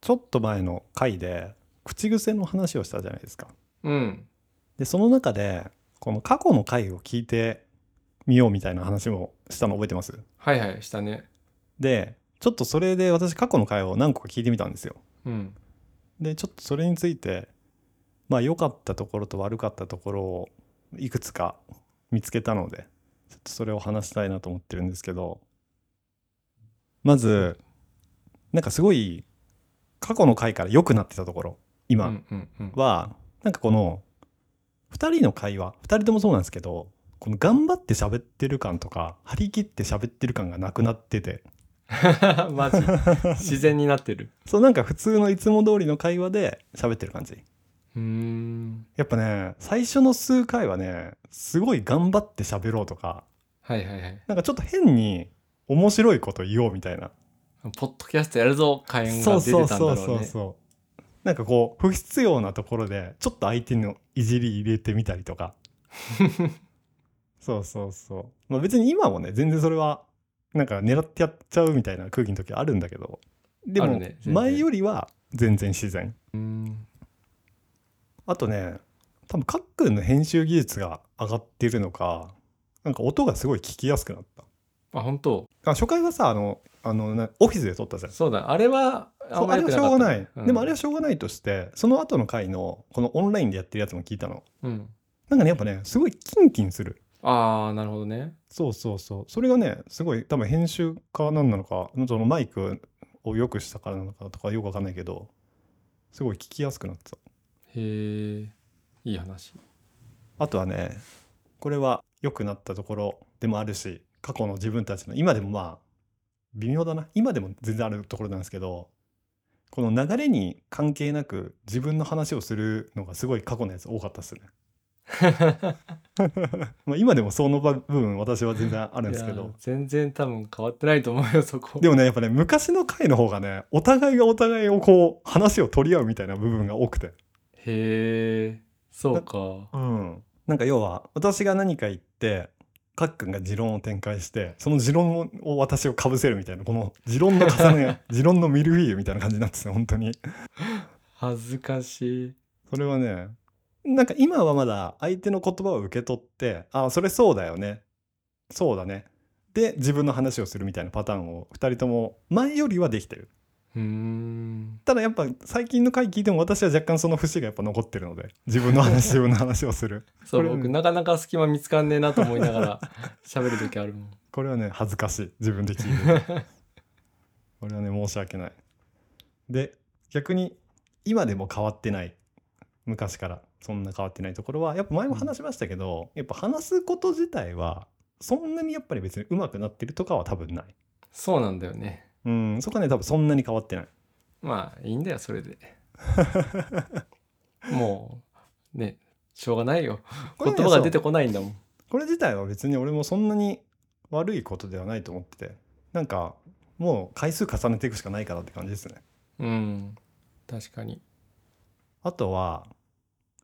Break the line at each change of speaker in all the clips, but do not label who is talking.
ちょっと前の回で口癖の話をしたじゃないですか。
うん。
でその中でこの過去の回を聞いてみようみたいな話もしたの覚えてます
はいはい、したね。
でちょっとそれで私過去の回を何個か聞いてみたんですよ。
うん。
でちょっとそれについてまあ良かったところと悪かったところをいくつか見つけたのでちょっとそれを話したいなと思ってるんですけどまずなんかすごい過去の回から良くなってたところ
う
今
んうんうん。
は、なんかこの2人の会話2人ともそうなんですけどこの頑張って喋ってる感とか張り切って喋ってる感がなくなってて
マジ。自然になってる。
そうなんか普通のいつも通りの会話で喋ってる感じ。
うーん。
やっぱね最初の数回はねすごい頑張って喋ろうとか
はいはいはい。
なんかちょっと変に面白いこと言おうみたいな
ポッドキャストやるぞ火炎が出てたんだろうね。
そうなんかこう不必要なところでちょっと相手のいじり入れてみたりと かそうそうそう、まあ、別に今もね全然それはなんか狙ってやっちゃうみたいな空気の時あるんだけどで
あ
も
るね全然
前よりは全然自然
うーん。
あとね多分かっくんの編集技術が上がってるのかなんか音がすごい聞きやすくなっ
あ、本当
たあ初回はさあのあのなオフィスで撮ったじゃん
そうだ。あれはあ
そ
ん
う
ま
あ
り
れ
良
はし
くな
ょう
か
がな
った
い、
ね。
でもあれはしょうがないとしてその後の回のこのオンラインでやってるやつも聞いたの
うん。
なんかねやっぱねすごいキンキンする
ああ、なるほどね。
そうそうそうそれがねすごい多分編集か何なのかそのマイクを良くしたからなのかとかよくわかんないけどすごい聞きやすくなってた
へえ。いい話。
あとはねこれは良くなったところでもあるし過去の自分たちの今でもまあ微妙だな今でも全然あるところなんですけどこの流れに関係なく自分の話をするのがすごい過去のやつ多かったっ すね。まあ今でもその部分私は全然あるんですけ
いや
ど
全然多分変わってないと思うよ、そこ。
でもねやっぱね昔の回の方がねお互いがお互いをこう話を取り合うみたいな部分が多くて
へえ。そうか。
うん、なんか要は私が何か言ってかっくんが持論を展開してその持論を私をかぶせるみたいなこの持論の重ね持論のミルフィーユみたいな感じになってて本当に
恥ずかしい。
それはねなんか今はまだ相手の言葉を受け取ってああそれそうだよねそうだねで自分の話をするみたいなパターンを2人とも前よりはできてる
うーん。
ただやっぱ最近の回聞いても私は若干その節がやっぱ残ってるので自分の話自分の話をする
そう
これ
僕
うん
なかなか隙間見つかんねえなと思いな がら喋る時あるもん
これはね恥ずかしい自分で聞いて てこれはね申し訳ないで逆に今でも変わってない昔からそんな変わってないところはやっぱ前も話しましたけど、やっぱ話すこと自体はそんなにやっぱり別に上手くなってるとかは多分ない
そうなんだよね
うんそこはね多分そんなに変わってない
まあいいんだよそ れでもうねしょうがないよ
これ
言
ね
葉が出
そう
てこないんだもん
これ自体は別に俺もそんなに悪いことではないと思っててなんかもう回数重ねていくしかないからって感じですね
うん確かに
あとは、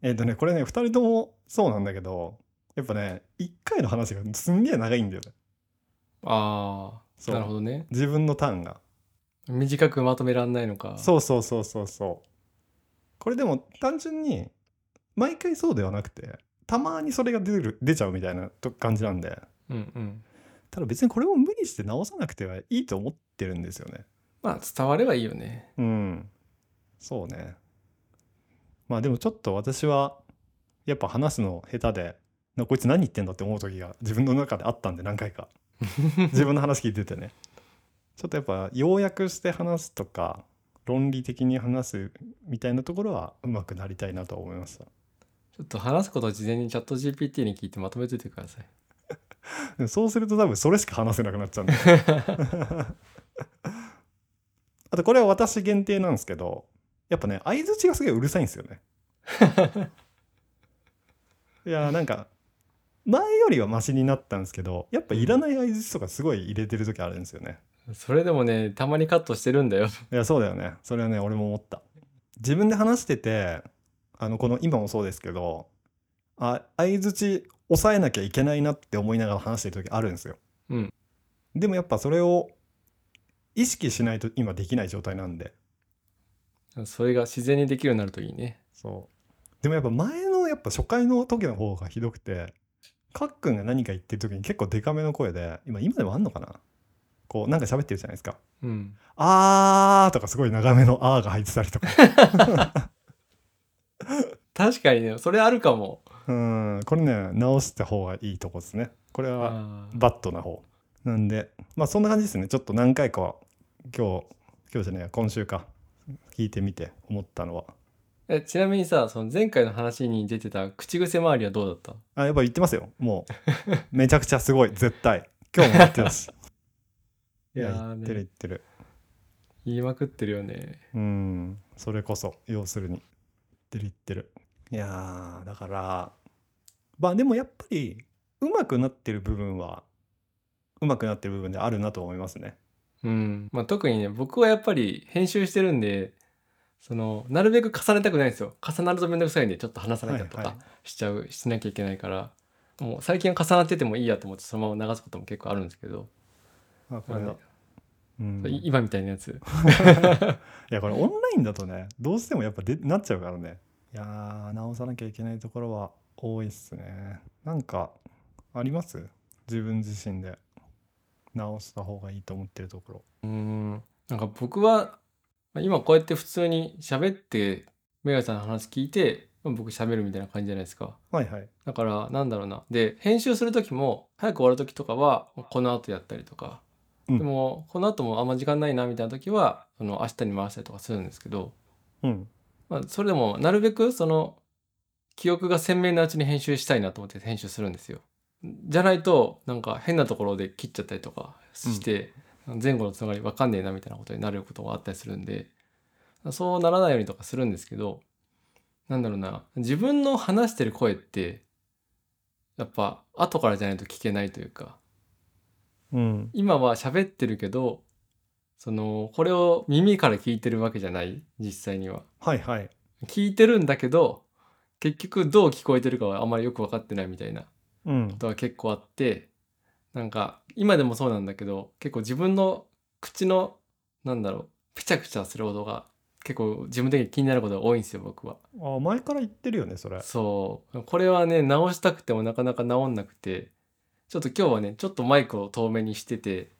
えっ、とね、これね、2人ともそうなんだけど、やっぱね、1回の話がすんげえ長いんだよね。
ああ
そう
なるほどね
自分のターンが。
短くまとめらんないのか
そうそうそうそうそう。これでも単純に、毎回そうではなくて、たまにそれが出る出ちゃうみたいなと感じなんで、
う、んうん、
ただ別にこれを無理して直さなくてはいいと思ってるんですよね。
まあ伝わればいいよね
うん。そうね。まあでもちょっと私は、やっぱ話すの下手で、なこいつ何言ってんだって思う時が自分の中であったんで何回か。自分の話聞いててね。ちょっとやっぱ要約して話すとか、論理的に話すみたいなところはうまくなりたいなと思いました。
ちょっと話すことを事前にチャット GPT に聞いてまとめといてください
でもそうすると多分それしか話せなくなっちゃうんだよあとこれは私限定なんですけどやっぱね相づちがすげえうるさいんですよねいやーなんか前よりはマシになったんですけどやっぱいらない相づちとかすごい入れてる時あるんですよね
それでもねたまにカットしてるんだよ
いやそうだよねそれはね俺も思った自分で話しててあのこの今もそうですけどあ相づち抑えなきゃいけないなって思いながら話してる時あるんですよ、
うん
でもやっぱそれを意識しないと今できない状態なんで
それが自然にできるようになるといいね。
そうでもやっぱ前のやっぱ初回の時の方がひどくてかっくんが何か言ってる時に結構デカめの声で今今でもあんのかなこうなんか喋ってるじゃないですか
うん。
「あー」とかすごい長めの「あー」が入ってたりとか
確かにね、それあるかも。
うんこれね直した方がいいとこですねこれは
あー
バットな方なんでまあそんな感じですねちょっと何回かは今日今日じゃねえや今週か聞いてみて思ったのは
えちなみにさ、その前回の話に出てた口癖周りはどうだった
あやっぱ言ってますよもうめちゃくちゃすごい絶対今日も言ってたしいや
ー
言ってる言
ね、
ってる
言いまくってるよね。
うんそれこそ要するに言ってる言ってるいやーだからまあでもやっぱり上手くなってる部分は上手くなってる部分であるなと思いますね
うん。まあ、特にね、僕はやっぱり編集してるんで、その、なるべく重ねたくないんですよ。重なるとめんどくさいんで、ちょっと話さなきゃとか、
はいはい
しちゃう、しなきゃいけないから、もう最近は重なっててもいいやと思って、そのまま流すことも結構あるんですけど、
あこれ
な
だ
んで、
うん、
い
い
今みたいなやつ。
やこれオンラインだとねどうしてもやっぱでなっちゃうからねいやー直さなきゃいけないところは多いっすねなんかあります自分自身で直した方がいいと思ってるところ
うーんなんか僕はまあ今こうやって普通に喋ってメガネさんの話聞いてまあ僕喋るみたいな感じじゃないですか
はいはい
だからなんだろうなで編集する時も早く終わる時とかはこの後やったりとか、
うん
でもこの後もあんま時間ないなみたいな時はその明日に回したりとかするんですけど、
うん
まあ、それでもなるべくその記憶が鮮明なうちに編集したいなと思って編集するんですよ。じゃないとなんか変なところで切っちゃったりとかして、前後のつながりわかんねえなみたいなことになることがあったりするんでそうならないようにとかするんですけどなんだろうな自分の話してる声ってやっぱ後からじゃないと聞けないというか
うん
今は喋ってるけどそのこれを耳から聞いてるわけじゃない実際には。
はいはい
聞いてるんだけど結局どう聞こえてるかはあんまりよく分かってないみたいなこ
うん
とが結構あってなんか今でもそうなんだけど結構自分の口のなんだろうピチャピチャする音が結構自分的に気になることが多いんですよ僕は。
あ前から言ってるよねそれ
そうこれはね直したくてもなかなか直んなくてちょっと今日はねちょっとマイクを遠目にしてて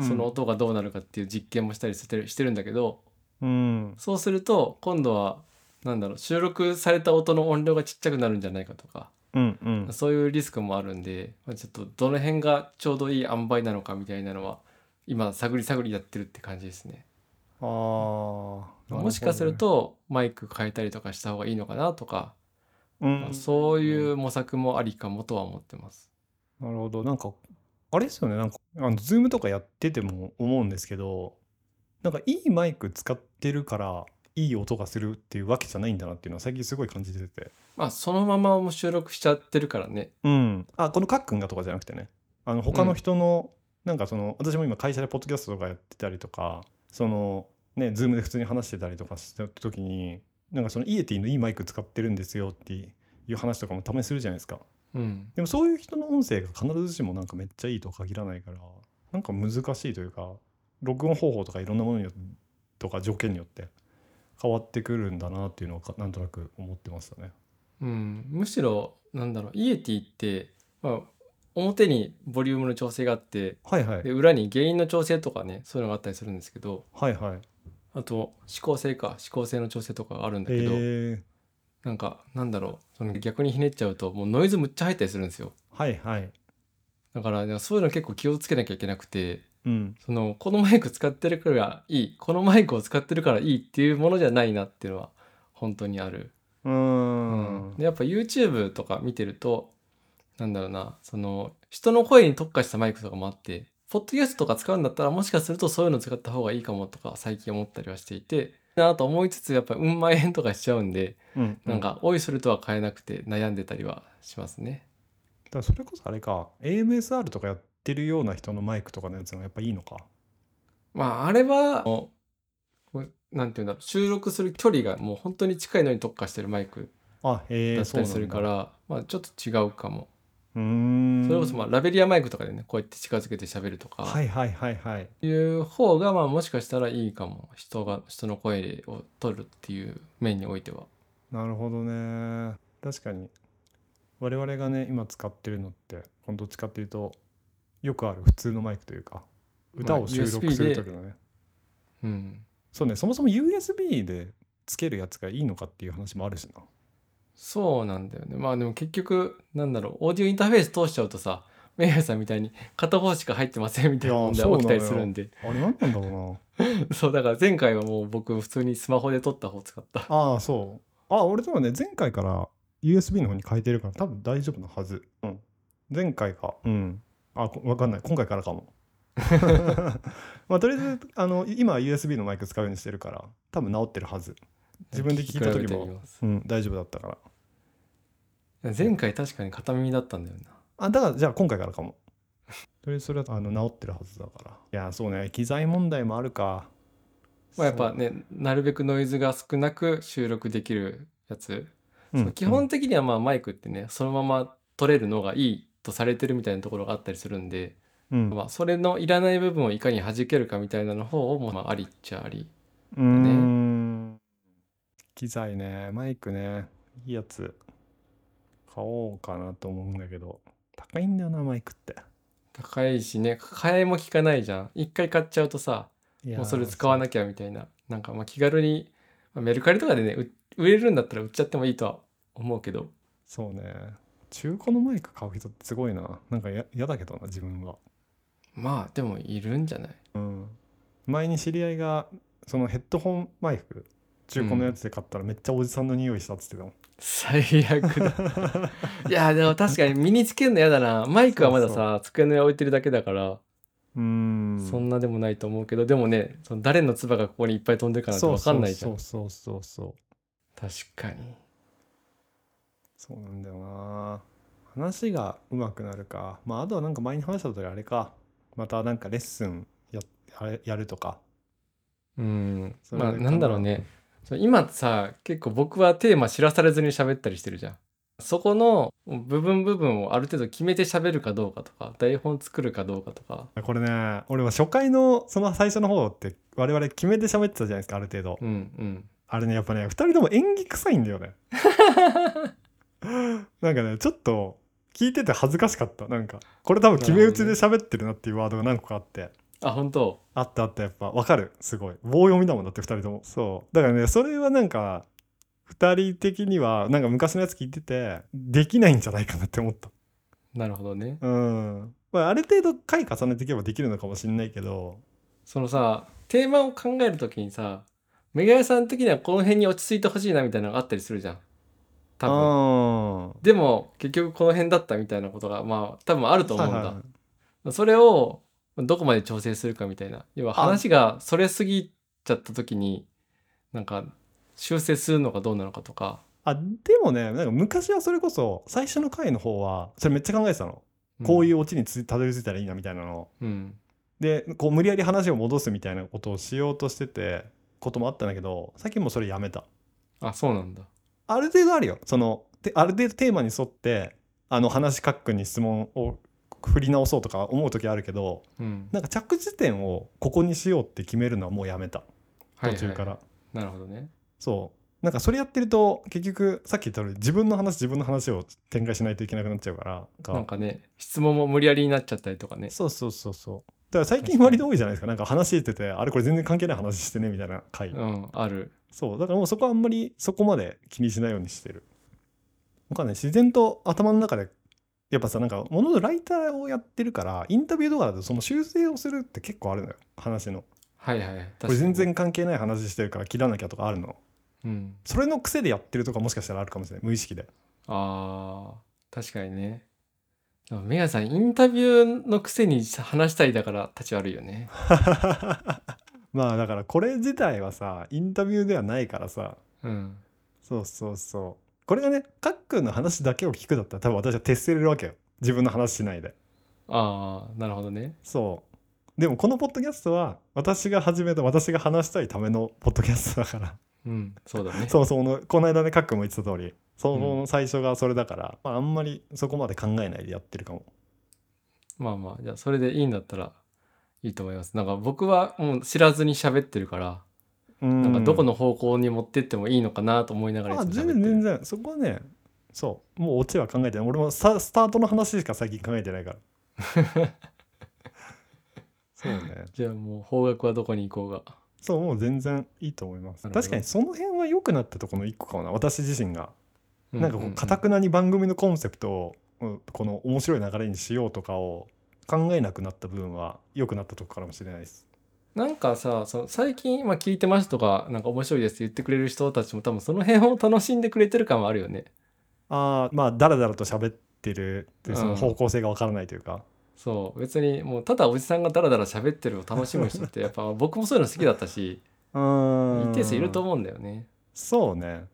その音がどうなるかっていう実験もしたりしてるしてるんだけど
うん
そうすると今度はなんだろう収録された音の音量がちっちゃくなるんじゃないかとか
うんうん
そういうリスクもあるんで、まあ、ちょっとどの辺がちょうどいい塩梅なのかみたいなのは今探り探りやってるって感じですね。
あー
もしかする、とマイク変えたりとかした方がいいのかなとか、
なるほどねうん、
そういう模索もありかもとは思ってます。
なるほどなんかあれですよねなんかあのズームとかやってても思うんですけどなんかいいマイク使ってるからいい音がするっていうわけじゃないんだなっていうのは最近すごい感じてて
まあそのままもう収録しちゃってるからね。
うんあこのかっくんがとかじゃなくてねあの他の人の、なんかその私も今会社でポッドキャストとかやってたりとかそのねズームで普通に話してたりとかした時になんかそのイエティのいいマイク使ってるんですよっていう話とかもたまにするじゃないですか
うん。
でもそういう人の音声が必ずしもなんかめっちゃいいとは限らないからなんか難しいというか録音方法とかいろんなものによってとか条件によって変わってくるんだなっていうのをかなんとなく思ってましたね。
うん、むしろなんだろうイエティって、まあ、表にボリュームの調整があって
はいはい
で裏に原因の調整とかねそういうのがあったりするんですけど
はいはい。
あと指向性か指向性の調整とかがあるんだけど、
えー、
なんかなんだろうその逆にひねっちゃうともうノイズむっちゃ入ったりするんですよ
はいはい。
だからねそういうの結構気をつけなきゃいけなくて
うん。
そのこのマイク使ってるからいいこのマイクを使ってるからいいっていうものじゃないなっていうのは本当にある、
うーん。
でやっぱ YouTube とか見てるとなんだろうなその人の声に特化したマイクとかもあってポッドキャストとか使うんだったらもしかするとそういうの使った方がいいかもとか最近思ったりはしていてなぁと思いつつやっぱりうんま円とかしちゃうんで
うん、
なんか、おいそれとは変えなくて悩んでたりはしますね。
だからそれこそあれか AMSR とかやってるような人のマイクとかのやつがやっぱいいのか。
まあ、あれは、もうこうなんていうんだろう、収録する距離がもう本当に近いのに特化してるマイク
あへえ
だ
ー、
った
そうなん
り
だ
するから、まあ、ちょっと違うかも。
うーん
それこそまあラベリアマイクとかでねこうやって近づけて喋るとか、
はいはいはいはい
いう方がまあもしかしたらいいかも人が人の声を取るっていう面においては
なるほどね確かに我々がね今使ってるのって本当使ってるとよくある普通のマイクというか歌を収録
USB
する時のね、
うん
そうねそもそも USB でつけるやつがいいのかっていう話もあるしな
そうなんだよねまあでも結局なんだろうオーディオインターフェース通しちゃうとさメイヤさんみたいに片方しか入ってませんみたいない
やそ
問題
うな
が起き
の
た
よ
りするんで
あれ何なんだろ
そうだから前回はもう僕普通にスマホで撮った方使った
うなああそうあ俺でもね前回から USB の方に変えてるから多分大丈夫なはず、うん、前回かうんあこわかんない今回からかも まあとりあえずあの今 USB のマイク使うようにしてるから多分治ってるはず 自分で聞いた
聞き比べ
時
て
も
みます
うん、大丈夫だったから。
前回確かに片耳だったんだよな
あ、だからじゃあ今回からかも。とりあえずそれはあの治ってるはずだから。いや、そうね、機材問題もあるか。
まあやっぱ
そう、
ねなるべくノイズが少なく収録できるやつ
うん
基本的にはまあマイクってねそのまま取れるのがいいとされてるみたいなところがあったりするんで、
うん、
まあ、それのいらない部分をいかに弾けるかみたいなの方をもまあありっちゃあり
うーん。機材ね、マイクね、いいやつ買おうかなと思うんだけど、高いんだよな、マイクって。
高いしね替えも効かないじゃん一回買っちゃうとさ
いやー
もうそれ使わなきゃみたいななんかまあ気軽に、まあメルカリとかでねう売れるんだったら売っちゃってもいいとは思うけど
そうね。中古のマイク買う人ってすごいな。なんかや嫌だけどな、自分は。
まあでもいるんじゃない
うん、前に知り合いがそのヘッドホンマイク中古のやつで買ったらめっちゃおじさんの匂いしたっつってたもん、
最 悪だいやでも確かに身につけるの嫌だなマイクはまださ
そう
机の上置いてるだけだから
うん、
そんなでもないと思うけど、でもね、その誰の唾がここにいっぱい飛んでるかなんて
そう
わかんないじゃん。
そうそうそうそう
確かに。
そうなんだよな話が上手くなるかまああとはなんか前に話したことであれかまたなんかレッスンやあれやるとか
うん。
それ
まあ、
でかな
なんだろうね。そう今さ、結構僕はテーマ知らされずに喋ったりしてるじゃん。そこの部分部分をある程度決めて喋るかどうかとか、台本作るかどうかとか。
これね俺は初回のその最初の方って我々決めて喋ってたじゃないですかある程度
うんうん。
あれねやっぱね2人とも演技臭いんだよね なんかねちょっと聞いてて恥ずかしかったなんかこれ多分決め打ちで喋ってるなっていうワードが何個かあって、
あ、本当
あったあったやっぱわかるすごい棒読みだもんだって2人ともそうだからねそれはなんか2人的にはなんか昔のやつ聞いててできないんじゃないかなって思った
なるほどね。
うんまあある程度回重ねていけばできるのかもしれないけど
そのさ、テーマを考えるときにさ、メガヤさん的にはこの辺に落ち着いてほしいなみたいなのがあったりするじゃん。多分。
分
でも結局この辺だったみたいなことがまあ多分あると思うんだ、
はいはいはい
それをどこまで調整するかみたいな要は話がそれすぎちゃった時になんか修正するのかどうなのかとか、、
あでもねなんか昔はそれこそ最初の回の方はそれめっちゃ考えてたの、こういううオチにつたどり着いたらいいなみたいなの
うん、
でこう無理やり話を戻すみたいなことをしようとしててこともあったんだけど最近もうそれやめた
あそうなんだ
ある程度あるよそのてある程度テーマに沿ってあの話各くに質問を振り直そうとか思う時あるけど
うん
なんか着地点をここにしようって決めるのはもうやめた
はい
途中
はい
から、
なるほどね
そうなんかそれやってると結局さっき言った通り自分の話自分の話を展開しないといけなくなっちゃうからか
なんかね質問も無理やりになっちゃったりとかね
そうそうそうそうだから最近割と多いじゃないですかなんか話しててあれこれ全然関係ない話してねみたいな回、
うんある
そうだからもうそこはあんまりそこまで気にしないようにしてるなんかね自然と頭の中でやっぱさなんかもののライターをやってるからインタビューとかだとその修正をするって結構あるのよ話の
はいはいはい
これ全然、関係ない話してるから切らなきゃとかあるの
確かにうん、
それの癖でやってるとかもしかしたらあるかもしれない無意識で
あー確かにねでもメガさんインタビューのくせに話したいだから立ち悪いよね
まあだからこれ自体はさインタビューではないからさ
うん
そうそうそうこれがねカックンの話だけを聞くだったら多分私は徹せれるわけよ自分の話しないで
ああなるほどね
そうでもこのポッドキャストは私が始めた私が 話したいためのポッドキャストだから
うんそうだね
そうそうこの間ねカックンも言ってた通りその最初がそれだから、まあ、あんまりそこまで考えないでやってるかも
まあまあじゃあそれでいいんだったらいいと思いますなんか僕はもう知らずに喋ってるから、
な
なんかどこの方向に持ってってもいいのかなと思いながらいつ
あ
も喋
全
って
然全
る
然そこはねそうもうオチは考えてない俺もさスタートの話しか最近考えて ないからそうね
じゃあもう方角はどこに行こうが
そうもう全然いいと思います
なるほど
確かにその辺は良くなったところの一個かもな私自身が、
う
なんかこうかたくなに番組のコンセプトをうんこの面白い流れにしようとかを考えなくなった部分は良くなったとこかもしれないです
なんかさその最近、まあ、聞いてますとかなんか面白いですって言ってくれる人たちも多分その辺を楽しんでくれてる感はあるよね
ああまあダラダラと喋ってるっていうそ
うん
の方向性がわからないというか、
そう別にもうただおじさんがダラダラ喋ってるのを楽しむ人ってやっぱ僕もそういうの好きだったし
うん
一定数いると思うんだよね
そうね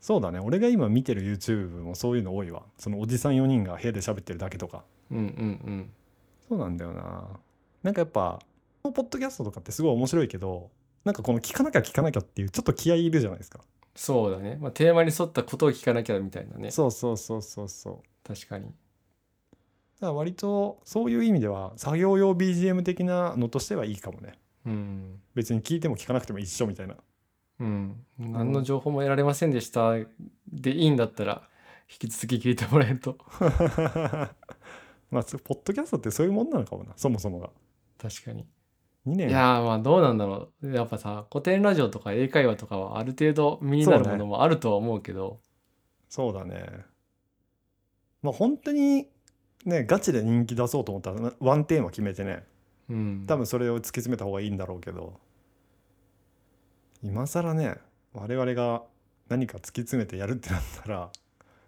そうだね俺が今見てる YouTube もそういうの多いわそのおじさん4人が部屋で喋ってるだけとか
うんうん
そうなんだよななんかやっぱこのポッドキャストとかってすごい面白いけどなんかこの聞かなきゃ聞かなきゃっていうちょっと気合いいるじゃないですか
そうだね、まあ、テーマに沿ったことを聞かなきゃみたいなね
そうそうそうそうそう
確かに
だから割とそういう意味では作業用 BGM 的なのとしてはいいかもね
うん
別に聞いても聞かなくても一緒みたいな
うん何の情報も得られませんでしたでいいんだったら引き続き聞いてもらえると
まあそうポッドキャストってそういうもんなのかもなそもそもが
確かに
2年
いやーまあどうなんだろうやっぱさ古典ラジオとか英会話とかはある程度身になるものもあるとは思うけど
そうだね。まあ本当にねガチで人気出そうと思ったらなワンテーマ決めてね
うん
多分それを突き詰めた方がいいんだろうけど今更ね我々が何か突き詰めてやるってなったら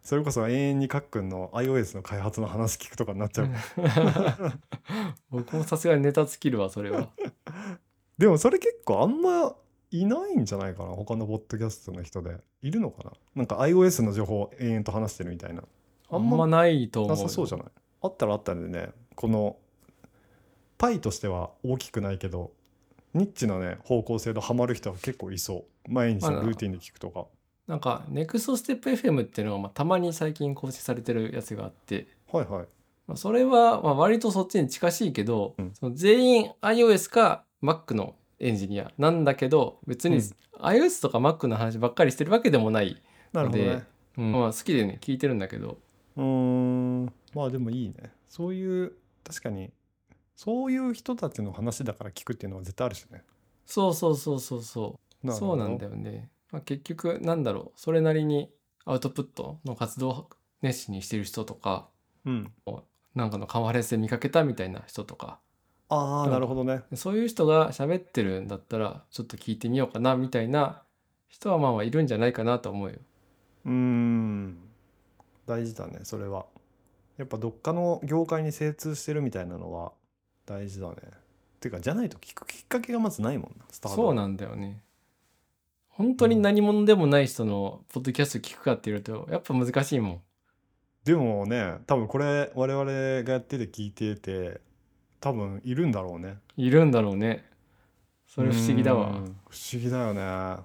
それこそ永遠にかっくんの iOS の開発の話聞くとかになっちゃう、
僕もさすがにネタ尽きるわそ れは
でもそれ結構あんまいないんじゃないかな他のポッドキャストの人でいるのかななんか iOS の情報を延々と話してるみたいな
あんまないと思
な
う
さそうじゃないあったらあったんでねこのパイとしては大きくないけどニッチなね方向性でハマる人は結構いそう毎日
ま
の
あな
ルーティンで聞くとか
なんか NEXTSTEPFM っていうのがまあたまに最近更新されてるやつがあって、
はいはい
まあ、それはまあ割とそっちに近しいけど、
うん
その全員 iOS か Mac のエンジニアなんだけど別に
うん
iOS とか Mac の話ばっかりしてるわけでもない、
なるほどね
うんまあ、好きでね聞いてるんだけど
うーんまあでもいいねそういう確かにそういう人たちの話だから聞くっていうのは絶対あるしね
そうそうそうそうそう
る
そ
ほ
う
ど
なんだよね、まあ、結局なんだろうそれなりにアウトプットの活動を熱心にしてる人とか
うん
なんかのカンファレンスで見かけたみたいな人とか
あ
う
あ
ん
なるほどね
そういう人が喋ってるんだったらちょっと聞いてみようかなみたいな人はまあまあいるんじゃないかなと思うよ。
うーん大事だねそれはやっぱどっかの業界に精通してるみたいなのは大事だねていうかじゃないと聞くきっかけがまずないもんなスタート
そうなんだよね。本当に何者でもない人のポッドキャスト聞くかっていうとやっぱ難しいもん。
でもね多分これ我々がやってて聞いてて多分いるんだろうね
いるんだろうね。それ不思議だ
う
わ
ん。不思議だよね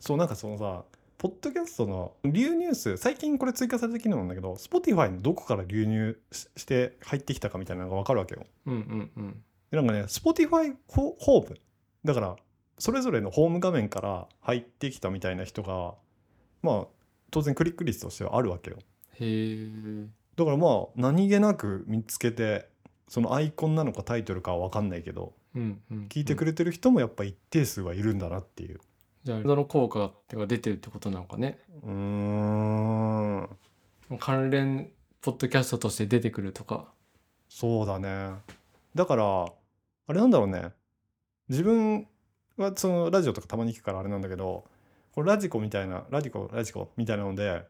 そうなんかそのさポッドキャストの流入数最近これ追加された機能なんだけど Spotify のどこから流入しして入ってきたかみたいなのが分かるわけよ
うんうんうん。
でなんかね、Spotify ホホーム。だから、それぞれのホーム画面から入ってきたみたいな人が、まあ、当然クリック率としてはあるわけよ。
へえ。
だからまあ、何気なく見つけて、そのアイコンなのかタイトルかは分かんないけど、
うんうん、
聞いてく
る、
れてる人もやっぱ一定数はいるんだなっていう。
じゃあその効果が出てるってことなのかね
うーん、
関連ポッドキャストとして出てくるとか
そうだね。だから、あれなんだろうね。自分はそのラジオとかたまに聞くからあれなんだけどこれラジコみたいなラジコラジコみたいなので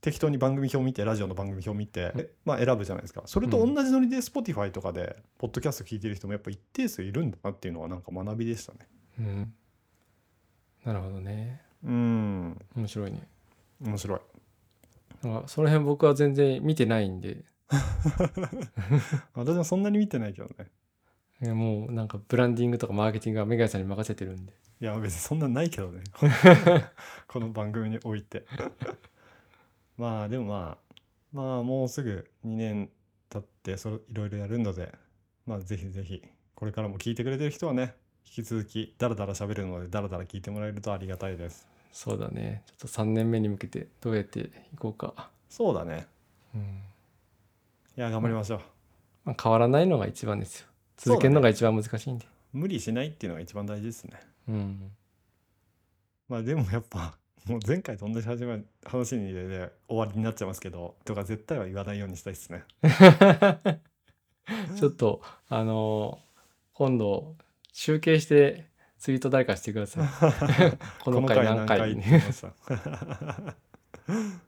適当に番組表見てラジオの番組表見て、
うん
まあ、選ぶじゃないですかそれと同じノリで Spotify とかでポッドキャスト聞いてる人もやっぱ一定数いるんだなっていうのはなんか学びでしたね
うんなるほどね
うん
面白いね
面白い
なんかその辺僕は全然見てないんで
私もそんなに見てないけどね
えもうなんかブランディングとかマーケティングはメガヤさんに任せてるんで
いや別にそんなんないけ どねこの番組において まあでもまあまあもうすぐ2年経ってそろいろいろやるのでまあぜひぜひこれからも聞いてくれてる人はね引き続きダラダラ喋るのでダラダラ聞いてもらえるとありがたいです
そうだねちょっと3年目に向けてどうやっていこうか、
そうだね
うん
いや頑張りましょう
まあ、変わらないのが一番ですよ
そうだね
続けるのが一番難しいんで
無理しないっていうのが一番大事ですね
うん
まあでもやっぱもう前回と同じ始まり話にで、終わりになっちゃいますけどとか絶対は言わないようにしたいですね
ちょっとあのー今度集計してツイート 誰かしてくださいこの回
この回何
何回
回って言ってました